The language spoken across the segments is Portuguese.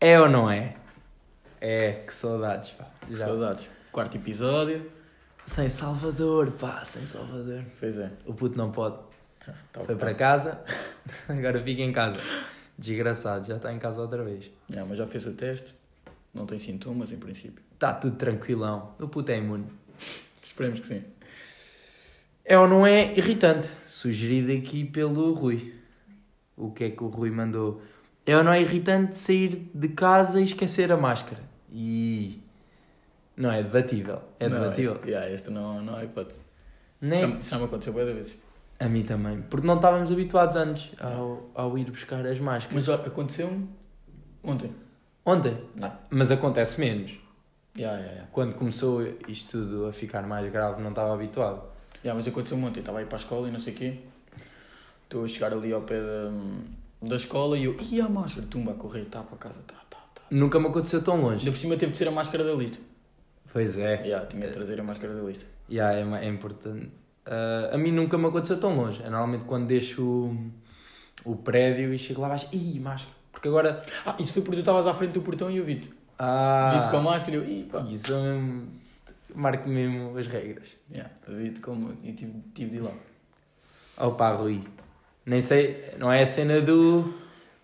É ou não é? É, que saudades, pá. Que Já. Saudades. Quarto episódio. Sem Salvador, pá, sem Salvador. Pois é. O puto não pode. Tá- tá- Foi tá- para casa, agora fica em casa. Desgraçado, já está em casa outra vez. Não, mas já fez o teste. Não tem sintomas, em princípio. Está Tá tudo tranquilão. O puto é imune. Esperemos que sim. É ou não é irritante? Sugerido aqui pelo Rui. O que é que o Rui mandou? É ou não é irritante sair de casa e esquecer a máscara? E. Não é debatível. É não, debatível. Este, yeah, este não, não há hipótese. Nem Isso, é isso já me aconteceu boa vezes. a mim também. Porque não estávamos habituados antes ao, ao ir buscar as máscaras. Mas ó, aconteceu-me ontem. Ontem. Não. Mas acontece menos. Yeah, yeah, yeah. Quando começou isto tudo a ficar mais grave, não estava habituado. Yeah, mas aconteceu-me ontem. Estava a ir para a escola e não sei o quê. Estou a chegar ali ao pé da, da escola e eu... Ih, a máscara. Tumba, a correr. Tá para casa. Tá, tá, tá. Nunca me aconteceu tão longe. Ainda por cima teve de ser a máscara da lista. Pois é. Yeah, tinha de trazer a máscara da lista. Ya, é, ma- é importante. Ah, a mim nunca me aconteceu tão longe. É normalmente quando deixo o, o prédio e chego lá baixo, ih, máscara. Porque agora. Ah, isso foi porque tu estavas à frente do portão e eu vi-te. Vi-te com a Ah, máscara e eu... Ih, pá. isso é mesmo. Marco mesmo as regras. Yeah, vi-te como... E tive, tive de ir lá. Opa, Rui. Nem sei. Não é a cena do.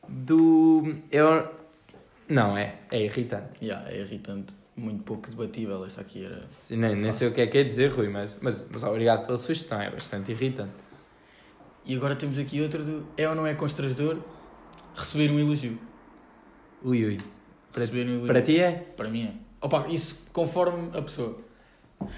Do. Eu. Não, é. É irritante. Yeah, é irritante. Muito pouco debatível. Esta aqui era... Sim, Nem, nem sei o que é que é dizer, Rui, mas, mas, mas obrigado pela sugestão. É bastante irritante. E agora temos aqui outra do... É ou não é constrangedor receber um elogio? Ui, ui. Para- Receber um elogio. Para ti é? Para mim é. Opa, isso conforme a pessoa.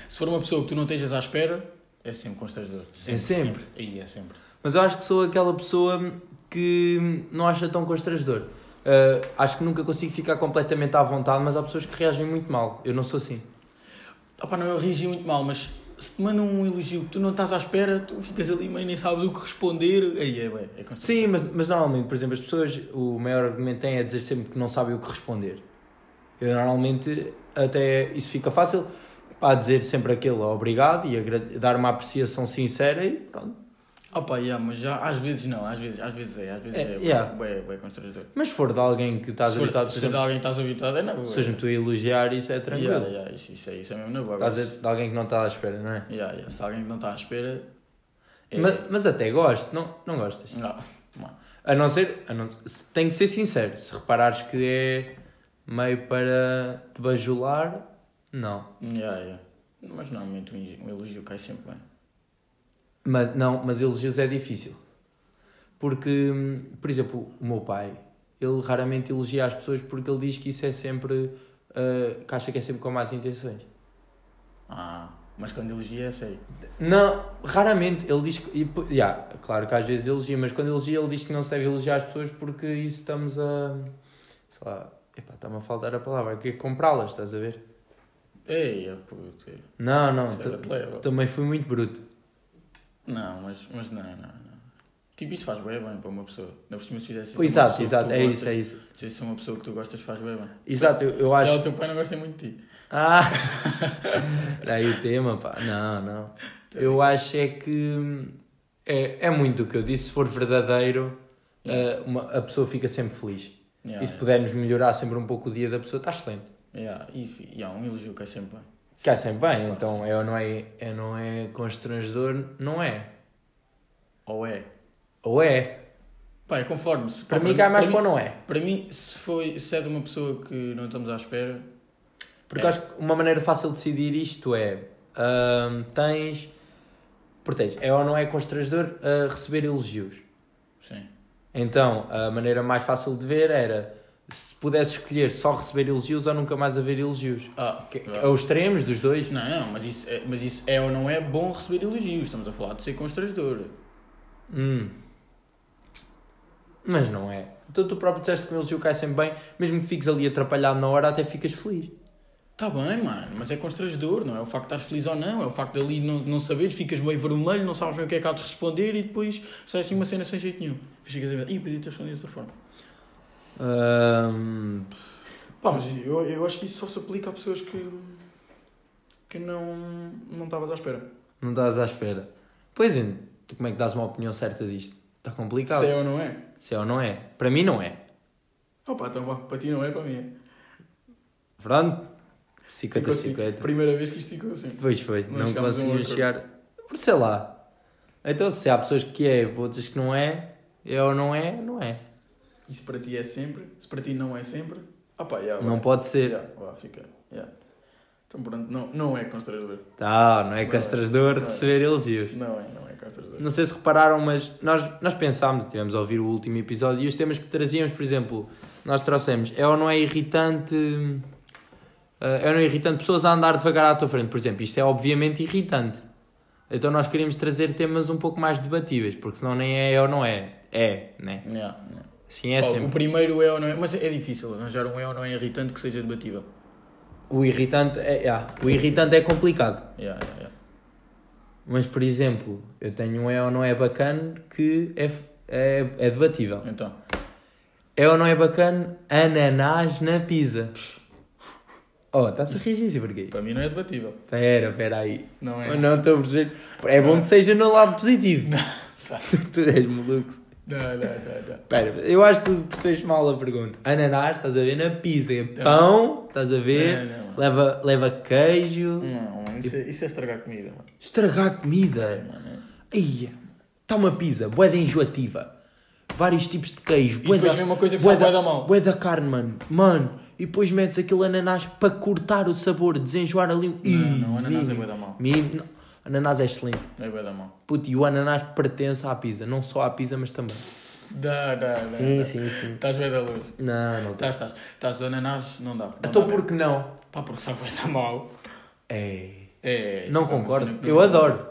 Se for uma pessoa que tu não estejas à espera, é sempre constrangedor. É sempre. Aí é sempre. Mas eu acho que sou aquela pessoa que não acha tão constrangedor. Ah, acho que nunca consigo ficar completamente à vontade, mas há pessoas que reagem muito mal. Eu não sou assim. Opa, não, eu reagi muito mal, mas se te mandam um elogio que tu não estás à espera, tu ficas ali meio nem sabes o que responder. Aí é, bué, é constrangedor. Sim, mas, mas normalmente, por exemplo, as pessoas, o maior argumento têm é dizer sempre que não sabem o que responder. Eu normalmente, até isso fica fácil, a dizer sempre aquele obrigado e agra- dar uma apreciação sincera e pronto. Opa, yeah, mas já, às vezes não, às vezes, às vezes é, às vezes É, é. yeah. bué, bué, bué constrangedor. Mas se for de alguém que estás se for, habituado, por se for de exemplo, alguém que estás habituado, é na boa. se fores-me tu a elogiar, isso é tranquilo. Yeah, yeah, isso, isso, é, isso é mesmo na boa. Estás a dizer de alguém que não está à espera, não é? Yeah, yeah, se alguém não está à espera. É... Ah, Mas, mas até gosto, não, não gostas? Não, não. A não ser. A não, se- tem que ser sincero. Se reparares que é meio para te bajular, não. Yeah, yeah. Mas normalmente um elogio- um elogio cai sempre bem. Mas, não, mas elogios é difícil. Porque, hum, por exemplo, o meu pai, ele raramente elogia as pessoas porque ele diz que isso é sempre. ah, que acha que é sempre com más intenções. Ah, mas quando elogia é sério. Não, raramente. Ele diz que. e po- yeah, claro que às vezes elogia, mas quando elogia, ele diz que não se deve elogiar as pessoas porque isso estamos a. sei lá. Epá, está-me a faltar a palavra. Que é comprá-las, estás a ver? Ei, é puto. é. Não, não, Isso era ta- de leva. também fui muito bruto. Não, mas, mas não, não, não. Tipo, isso faz bem bem para uma pessoa. Não por cima se fizesse isso. a uma exato, pessoa que exato, tu é gostas, é isso, é isso. Se isso é uma pessoa que tu gostas, faz bem bem. Exato, eu, eu Já acho. o teu pai não gosta muito de ti. Ah! Daí o tema, pá. Não, não. Eu acho é que. É, é muito o que eu disse, se for verdadeiro, eh, uma- a pessoa fica sempre feliz. Yeah, E se yeah. pudermos melhorar sempre um pouco o dia da pessoa, está excelente. Yeah, e, fi- yeah, um elogio cai sempre bem. Cai sempre bem, Claro, então é ou não é, é, não é constrangedor, não é. Ou é? Ou é. Pá, é conforme. Se, Para pá, mim cai mais para para o não é. Para mim, se, foi, se é de uma pessoa que não estamos à espera, Porque É. acho que uma maneira fácil de decidir isto é. ahm, tens. Portanto, é ou não é constrangedor ah, receber elogios. sim. Então, a maneira mais fácil de ver era se pudesse escolher só receber elogios ou nunca mais haver elogios. Ah, Que, que vá. é os extremos dos dois. Não, não, mas isso, é, mas isso é ou não é bom receber elogios. Estamos a falar de ser constrangedor. Hum. Mas não é. Então tu próprio disseste que o elogio cai sempre bem, mesmo que fiques ali atrapalhado na hora, até ficas feliz. Tá bem, mano, mas é constrangedor, não é o facto de estar feliz ou não, é o facto de ali não, não saberes, ficas meio vermelho, não sabes bem o que é que há de responder e depois sai assim uma cena sem jeito nenhum. Ficas a ver, ih, podia ter respondido de outra forma. Ahm, Pá, mas eu, eu acho que isso só se aplica a pessoas que. que não. não estavas à espera. não estás à espera. Pois é, tu como é que dás uma opinião certa disto? Está complicado. Se é ou não é? Se é ou não é? Para mim não é. Opa, então vá, para ti não é, para mim é. Pronto. Ficou assim. 50-50. Primeira vez que isto ficou assim. Pois foi, Não não chegámos a um conseguiam acordo. chegar. Por sei lá. Então, se há pessoas que é, outras que não é, é ou não é, não é. E se para ti é sempre, se para ti não é sempre, ah pá, já, Não vai. pode ser. Já, vá, fica. já. Então pronto, não, não é constrangedor. Tá, não é Não é. castrador Não é. receber elogios. Não é, não é constrangedor. Não sei se repararam, mas nós, nós pensámos, tivemos a ouvir o último episódio e os temas que trazíamos, por exemplo, nós trouxemos é ou não é irritante. hum, É ou não é irritante pessoas a andar devagar à tua frente, por exemplo. Isto é obviamente irritante. Então nós queríamos trazer temas um pouco mais debatíveis, porque senão nem é, é ou não é. É, né? Já, já. Sim, é Pá, sempre. o primeiro é ou não é, mas é difícil arranjar um é ou não é irritante que seja debatível. O irritante é, ah, o irritante é complicado. Já, já, já. Mas, por exemplo, eu tenho um é ou não é bacana que é, f- é, é debatível. Então, É ou não é bacana ananás na pizza? Oh, está-se a reagir isso porquê? para mim não é debatível. Pera, pera aí. Não é. Eu Não estou a perceber. É bom que seja no lado positivo. Tá. Tu, tu és maluco. Não, não, não, não. Pera, eu acho que tu percebeste mal a pergunta. Ananás, estás a ver na pizza. É pão, estás a ver? Não, não. Leva, leva queijo. Não, mano, isso, é, isso é estragar comida, mano. Estragar comida. É, mano, é. Ia, está uma pizza, bué de enjoativa. Vários tipos de queijo. bué depois da- vem uma coisa que bué sabe bué da mal. Bué da carne, mano. Mano, e depois metes aquele ananás para cortar o sabor, desenjoar ali. um- Não, não, ananás é bué da mal. Ananás é excelente. É bué da mão. Puto, e o ananás pertence à pizza. Não só à pizza, mas também. Dá, dá, dá. dá. sim, sim. Estás bem da luz. Não, não tem. Estás, estás. Estás ananás, não dá. Não Então dá por que não? bem. Pá, porque sabe bué da mal. É. É, Não tipo, é uma cena concordo. que Eu não- adoro.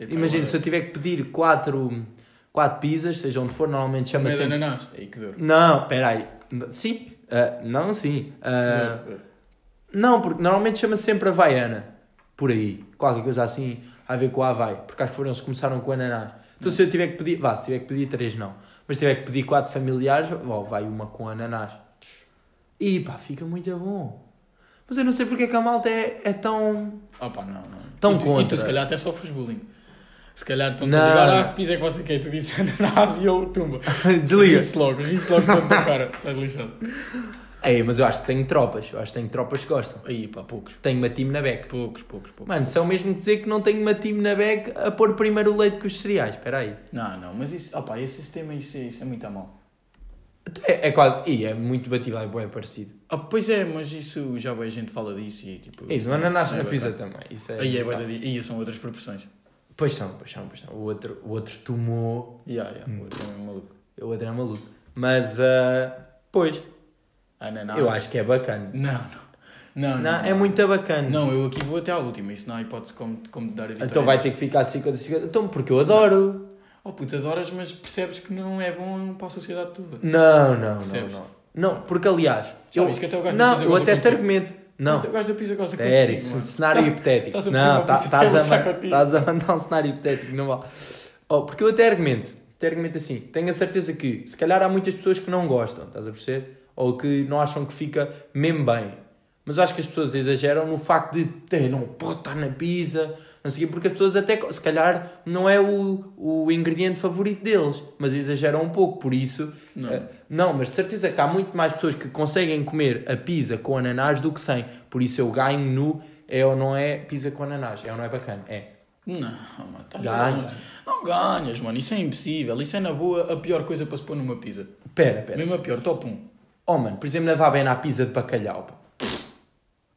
É, pá, Imagina, eu se eu tiver que pedir quatro, quatro pizzas, seja onde for, normalmente adoro. chama Mas sempre ananás. Aí que dor. Não, peraí. N- Sim. Ah, não, sim. Ah, Que dor, que dor. não, porque normalmente chama-se sempre Havaiana. Por aí. Qualquer coisa assim a ver com a Havaí. Porque acho que foram eles que começaram com ananás. Então se eu tiver que pedir... Vá, se tiver que pedir três, não. Mas se tiver que pedir quatro familiares, ó, vai uma com ananás. E pá, fica muito bom. Mas eu não sei porque é que a malta é, é tão... Ah pá, não, não. Tão e tu, E contra. tu se calhar até sofres bullying. Se calhar estão-te Não. a ligar, ah, que pizza é que você quer? Tu dizes ananás e eu tumba. Desliga. Ri-se logo, ri-se logo tanto da cara. Estás lixado. Ei, É, mas eu acho que tenho tropas. Eu acho que tenho tropas que gostam. Aí pá, poucos. Tenho uma time na beca. Poucos, poucos, poucos. Mano, são mesmo que dizer que não tenho uma time na beca a pôr primeiro o leite que os cereais. Espera aí. Não, não, mas isso, opa, esse sistema, isso, é- isso é muito a mal. É, é quase. E é muito batível, é bem parecido. Ah, pois é, mas isso, já bem, a gente fala disso e tipo... É isso, o ananás é na bué pizza da- também. Isso é. Aí é bué da- aí são outras proporções. Pois são, pois são, pois são. O outro, o outro tomou. Ya, ya, Hum. o outro é mesmo maluco. O outro é maluco. Mas, ah, pois, Ananás. eu acho que é bacana. Não, não. Não, Não, não. é muito bacana. Não, eu aqui vou até à última, isso não há hipótese como, como te dar a vitória. Então vai ter que ficar 50-50. Então, porque eu adoro. Oh puto, adoras, mas percebes que não é bom para a sociedade toda. Não, não, não, Percebes? não. Não, porque aliás. Já viste que até o gajo da não, pizza eu goza até te contigo. argumento. Não. Mas Eu gosto da pizza gosta Espera, contigo, isso é um mano. cenário Estás- hipotético. estás a meter não, tá- uma pizza um estás até a, eu gozar ma- contigo. estás a mandar um cenário hipotético, não vale. Oh, porque eu até argumento, até argumento assim, tenho a certeza que se calhar há muitas pessoas que não gostam, estás a perceber? Ou que não acham que fica mesmo bem. Mas eu acho que as pessoas exageram no facto de "Ei, não pode estar na pizza, não sei o quê, porque as pessoas até, co- se calhar, não é o, o ingrediente favorito deles, mas exageram um pouco, por isso... Não. eh, não, mas de certeza que há muito mais pessoas que conseguem comer a pizza com ananás do que sem. Por isso eu ganho no é ou não é pizza com ananás. É ou não é bacana? É. Não, mano, estás Ganha. longe. Não ganhas, mano, isso é impossível. Isso é na boa a pior coisa para se pôr numa pizza. Pera, pera. Mesmo a pior, top 1. Oh, mano, por exemplo, na Vabena há pizza de bacalhau. pá.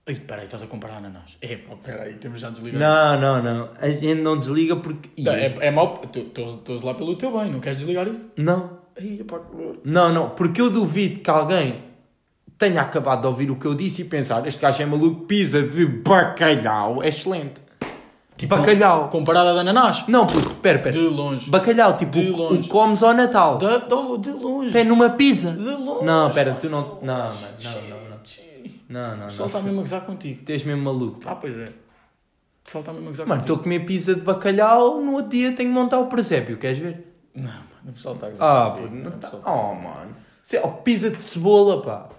Ei, peraí, estás a comparar ananás. É, pá, peraí, temos já desligado. Não, não, não. A gente não desliga porque. Ih, Não, é, é mau, estou lá pelo teu bem, não queres desligar isto? Não, Ai, pá, que dor. não, não. Porque eu duvido que alguém tenha acabado de ouvir o que eu disse e pensar: este gajo é maluco, pizza de bacalhau é excelente. Tipo, bacalhau. Comparado a ananás? Não, porque, pera, pera. De longe. Bacalhau, tipo, De o- longe. o comes ao Natal. Da- da- de longe. É numa pizza. De longe. Não, pera, tu não. Não, mano, não, não, não. Não, não, O pessoal não. está mesmo a gozar contigo. Tu és mesmo maluco. pá. Ah, pois é. O pessoal está mesmo a gozar Mano, contigo. estou a comer pizza de bacalhau, no outro dia tenho que montar o presépio, queres ver? Não, mano, o pessoal está a gozar Ah, pô, contigo. não o tá... pessoal- Oh, mano. Sei, oh, pizza de cebola, pá.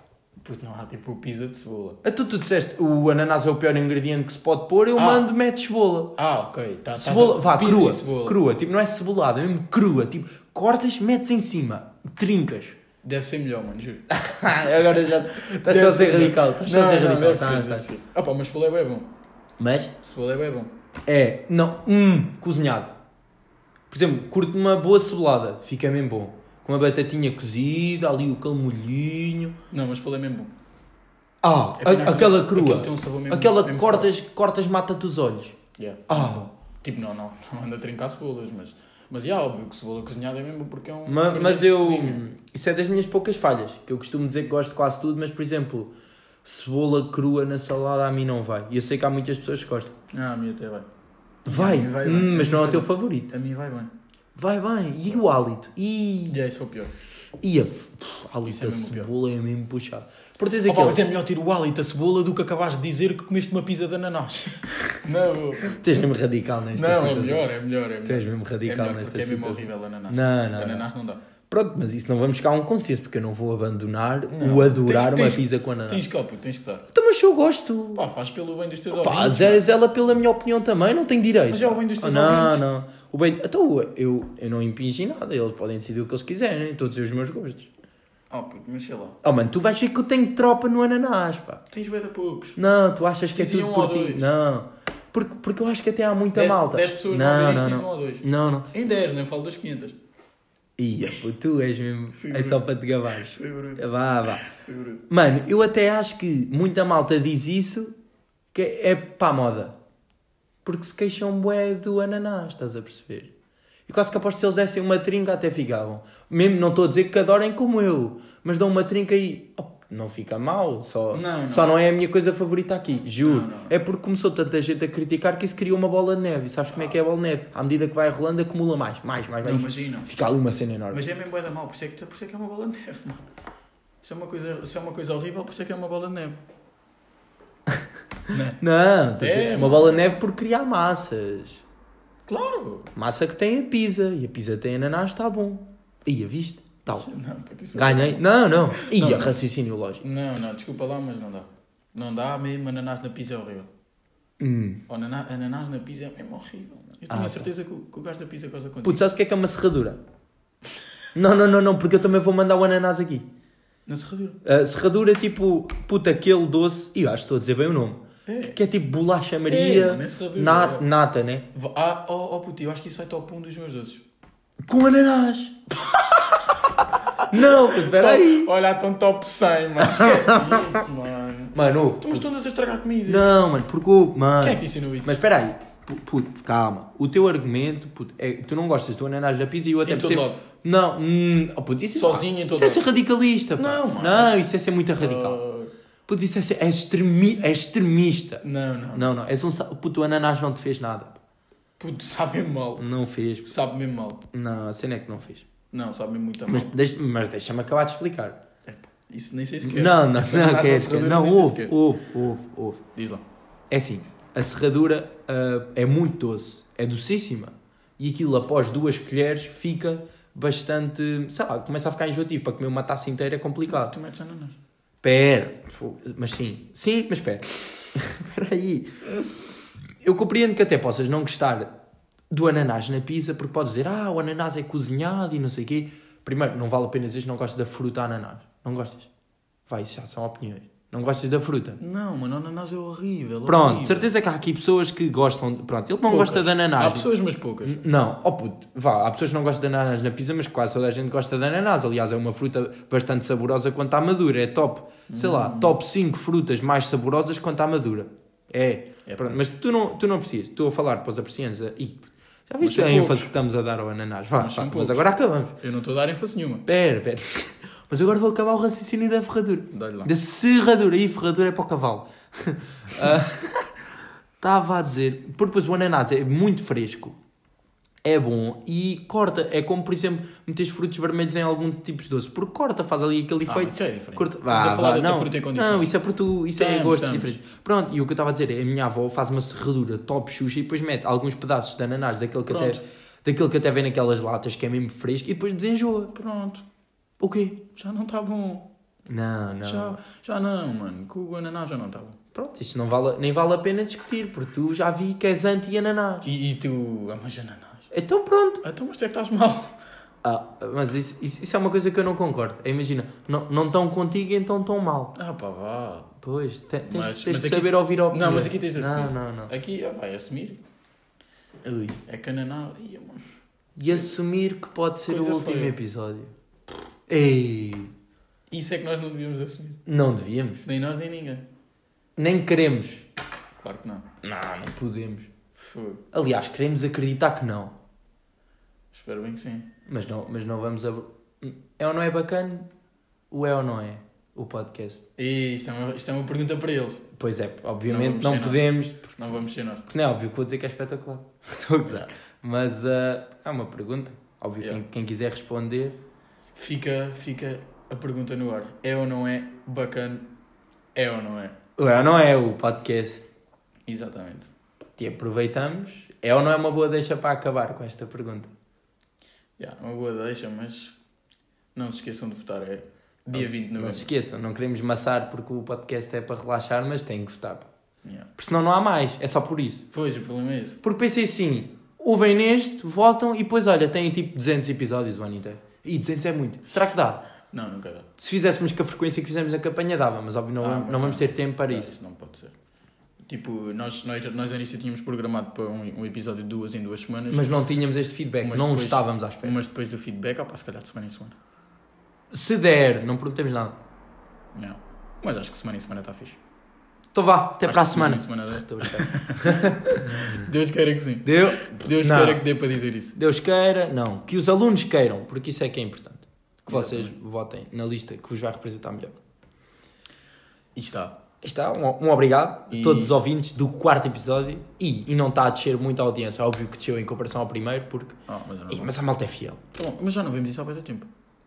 Puto, não há tipo pizza de cebola. Ah, Tu, tu disseste o ananás é o pior ingrediente que se pode pôr, eu Ah. mando, mete cebola. Ah, ok. Tá, estás Cebola, a- vá, pizza crua. e cebola. Crua, tipo, não é cebolada, é mesmo crua. Tipo, cortas, metes em cima, trincas. Deve ser melhor, mano, juro. Agora já estás só a ser né? radical. Estás só a ser radical. Tá, tá. Ah pá, mas se é bom. Mas Cebola é bem bom. é, não, hum, cozinhado. Por exemplo, curto uma boa cebolada, fica mesmo bom. Com uma batatinha cozida, ali o calmolhinho. Não, mas cebola é mesmo bom. Ah, É pena a- aquela aquilo- crua. aquilo tem um sabor mesmo- aquela mesmo cortas, cortas mata-te os olhos. Yeah. Ah, Tipo, não, não, não anda a trincar cebolas, mas... Mas, yeah, óbvio que cebola cozinhada é mesmo porque é um... Ma- ingrediente mas eu. cozinha. Isso é das minhas poucas falhas. Que eu costumo dizer que gosto de quase tudo, mas por exemplo, cebola crua na salada a mim não vai. E eu sei que há muitas pessoas que gostam. Ah, a minha até vai. Vai, Vai, vai, hum, vai. mas não é o teu favorito. A mim vai bem. Vai bem. E o hálito? E, Yeah, isso é o pior. e a. Pff, hálito Isso é da mesmo o pior. cebola é mesmo puxado. Por teres Opa, aquele. mas é melhor ter o hálito a cebola do que acabares de dizer que comeste uma pizza de ananás. não, bro. Tens mesmo radical nesta não, é situação. melhor, é melhor, é melhor. Tu és mesmo radical é melhor nesta porque é mesmo situação. horrível ananás. Não, não, Ananás não dá. Pronto, mas isso não vamos chegar a um consenso, porque eu não vou abandonar Não. o adorar Tens- uma tens- pizza com ananás. Tens copo, tens que dar. Então, mas eu gosto. Pá, faz pelo bem dos teus Pá, ouvintes. é? zé- zela pela minha opinião também, não tem direito. Ah, Mas é o bem dos teus não, ouvintes. Não, O bem... Então, eu, eu não impingi nada, eles podem decidir o que eles quiserem, todos os meus gostos. Oh, puto, mas sei lá. Oh, mano, tu vais ver que eu tenho tropa no ananás, pá. Tens bué de poucos. Não, tu achas que é Dizem tudo um por ou ti. dois. Não. Porque, porque eu acho que até há muita Dez- malta. dez pessoas vão não, ver isto, não, dizem não. um ou dois. Não, não. Em 10, nem falo das 500. Ia, pô, tu és mesmo. Fui É só para te gabares. Foi bruto, Vá, vá. foi bruto. Mano, eu até acho que muita malta diz isso que é para a moda. Porque se queixam bué do ananás, estás a perceber? E quase que aposto que se eles dessem uma trinca até ficavam. Mesmo não estou a dizer que adorem como eu, mas dão uma trinca e oh, não fica mal, só Não, não. só não é a minha coisa favorita aqui, juro. Não, não. É porque começou tanta gente a criticar que isso criou uma bola de neve. E sabes como é que é a bola de neve? À medida que vai rolando acumula mais, mais, mais, Não, mais. mas aí não. Fica ali uma cena enorme. Mas é mesmo bué da mal, por isso é que, por isso é, que é uma bola de neve, mano. Isso é, uma coisa, isso é uma coisa horrível, por isso é que é uma bola de neve. Né? Não, estou a É, dizer, uma mano. bola de neve por criar massas. Claro! Massa que tem a pizza. E a pizza tem ananás, está bom. Ia, viste? Tal. Não, puto, isso é- Ganhei. Não, não. Ia, Não. raciocínio lógico. Não, não, desculpa lá, mas não dá. Não dá mesmo, ananás na pizza é horrível. Hum. Oh, anana- ananás na pizza é mesmo horrível. mano. Eu Ah, tenho tá. a certeza que, o- que o gajo da pizza goza contigo. Putz, sabes o que é que é uma serradura? Não, não, não, não, porque eu também vou mandar o ananás aqui. Na serradura. A serradura é tipo, puta, aquele doce, e eu acho que estou a dizer bem o nome, É. que é tipo bolacha É, Maria, mano, é serradura, na- é. nata, né? Va- Ah, oh, oh puto, eu acho que isso é top 1 dos meus doces. Com ananás. não, puto, peraí. Top- Olha, estão top 100, mano. Esquece isso, mano. Mano, ouve, Tu, mas tu andas a estragar comida. Não, mano, porque houve, mano. Quem é que te ensinou isso? Mas espera aí, Pu- puto, calma. O teu argumento, puto, é que tu não gostas do ananás da pizza e eu até Em todo percebo. lado. Não, hum, oh, puto, isso Sozinho não, em todo Isso é ser lado. radicalista, pá. Não, mano. Não, isso é ser muito radical. Ah, Puto, isso é ser é extremi, é extremista. não, não. Não, não, és um. sa- Puto, o ananás não te fez nada. pá. Puto, sabe mesmo mal. Não fez. pá. Sabe mesmo mal. Não, a cena é que não fez. Não, sabe mesmo muito a mal. Mas, deixa- mas deixa-me acabar de explicar. Epa, Isso nem sei se quer. Não, não, Essa não, ananás na quer, serradura não, nem sei se ouve, quer. ouve, ouve, ouve. Diz lá. É assim, a serradura ah, é muito doce, é docíssima. E aquilo após duas colheres fica bastante. sei lá, começa a ficar enjoativo. Para comer uma taça inteira é complicado. Tu metes ananás. Pera, fogo, mas sim, sim, mas espera. Espera aí. Eu compreendo que até possas não gostar do ananás na pizza, porque podes dizer, ah, o ananás é cozinhado e não sei o quê. Primeiro, não vale a pena dizer que não gostas da fruta ananás. Não gostas? Vai, isso já são opiniões. Não gostas da fruta? Não, mano, ananás é horrível. Pronto, horrível. certeza que há aqui pessoas que gostam. de- Pronto, ele não Poucas. gosta de Há ananás. pessoas, mas poucas. Não, oh puto, vá, há pessoas que não gostam de ananás na pizza, mas quase toda a gente gosta de ananás. Aliás, é uma fruta bastante saborosa quando está madura, é top, sei lá, Hum. top 5 frutas mais saborosas quando está madura. É, É, pronto, mas tu não, tu não precisas, estou a falar para os apreciantes. Ih, já viste são a ênfase poucos. que estamos a dar ao ananás? Vá, Mas vá, são mas poucos. agora acabamos. Eu não estou a dar ênfase nenhuma. Pera, pera. Mas agora vou acabar o raciocínio da ferradura. Dá-lhe lá. Da serradura. E ferradura é para o cavalo. Ah, Estava a dizer. Porque depois o ananás é muito fresco. É bom e corta. É como, por exemplo, meteres frutos vermelhos em algum tipo de doce. Porque corta, faz ali aquele Ah, efeito. mas isso é diferente. Corta- Estamos a Vá, falar vá, de outra não. fruta em condições. Não, isso é por tu. Isso é Estamos, gostos estamos. diferentes. Pronto, e o que eu estava a dizer é a minha avó faz uma serradura top xuxa e depois mete alguns pedaços de ananás daquele que, até, Pronto. daquele que até vem naquelas latas que é mesmo fresco e depois desenjoa. Pronto, O quê? já não está bom. Não, não. Já, já não, mano. Com o ananás já não está bom. Pronto, isto não vale, nem vale a pena discutir, porque tu já vi que és anti-ananás. E, e tu amas ananás? Então pronto. Então, mas tu é que estás mal. Ah, mas isso, isso, isso é uma coisa que eu não concordo. É, Imagina, não não estão contigo, então estão mal. Ah, pá, vá. Pois, te- tens, Mas- tens mas de aqui- saber ouvir a opinião. Não, mas aqui tens de Não, assumir. não, não. Aqui, ah, pá, é assumir. Ui. É cananá. Ia, mano. E assumir que pode ser Coisa o último feia. episódio. Ei, Isso é que nós não devíamos assumir. não devíamos. Nem nós, nem ninguém. Nem queremos. Claro que não. Não, não podemos. Fogo. Aliás, queremos acreditar que não. Espero bem que sim. Mas não, mas não vamos. ab- É ou não é bacana? O é ou não é? O podcast. E isto é uma, isto é uma pergunta para eles. Pois é, obviamente Não vamos não, ser nós. podemos. Não vamos ser nós. Porque não é óbvio que vou dizer que é espetacular. Estou a gozar. Mas ah, é uma pergunta. Óbvio, Yeah. quem, quem quiser responder. Fica, fica a pergunta no ar. É ou não é bacana? É ou não é? O é ou não é o podcast? Exatamente. E aproveitamos. É ou não é uma boa deixa para acabar com esta pergunta? Yeah, uma boa deixa, mas não se esqueçam de votar. É dia não, se- 20 de Não se novembro. esqueçam, não queremos massar porque o podcast é para relaxar, mas tem que votar. pá. Yeah. Porque senão não há mais. É só por isso. Pois, o problema é esse. Porque pensei assim, ouvem neste, votam e depois, olha, têm tipo 200 episódios o ano inteiro. E 200 é muito. Será que dá? Não, nunca dá. Se fizéssemos com a frequência que fizemos na campanha dava, mas óbvio não, Ah, vamos- mas não vamos não. ter tempo para Ah, isso. não pode ser. Tipo, nós, nós, nós ao início tínhamos programado para um, um episódio de duas em duas semanas, mas, Mas não tínhamos este feedback, Mas não depois- estávamos à espera. depois do feedback, opa, se calhar de semana em semana. Se der, não prometemos nada. Yeah. Mas acho que semana em semana está fixe. Então vá, até Acho para a que semana semana. em semana dá. Estou a brincar. Deus queira que sim. Deu? Deus Não. queira que dê para dizer isso. Deus queira, não. Que os alunos queiram, porque isso é que é importante. Que vocês Exatamente. votem na lista que vos vai representar melhor. E está. Está, um, um obrigado E- a todos os ouvintes do quarto episódio. E, e não está a descer muito a audiência, óbvio que desceu em comparação ao primeiro, porque. Ah, mas, eu não Ih, vou. mas a malta é fiel. Tá bom, mas já não vimos isso há muito tempo.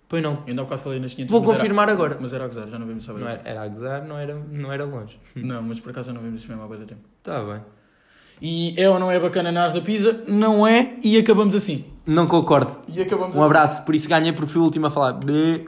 Pois não, Eu ainda há bocado falei nas 500. Vou mas era- confirmar agora. Mas era a gozar, já não é? vimos isso há não muito era, tempo. era a gozar, não era, não era longe. Não, mas por acaso já não vimos isso mesmo há muito tempo. Está bem. E é ou não é bacana nas da pizza? Não é, e acabamos assim. Não concordo. E acabamos assim. Um abraço, por isso ganhei porque fui o último a falar. Bê.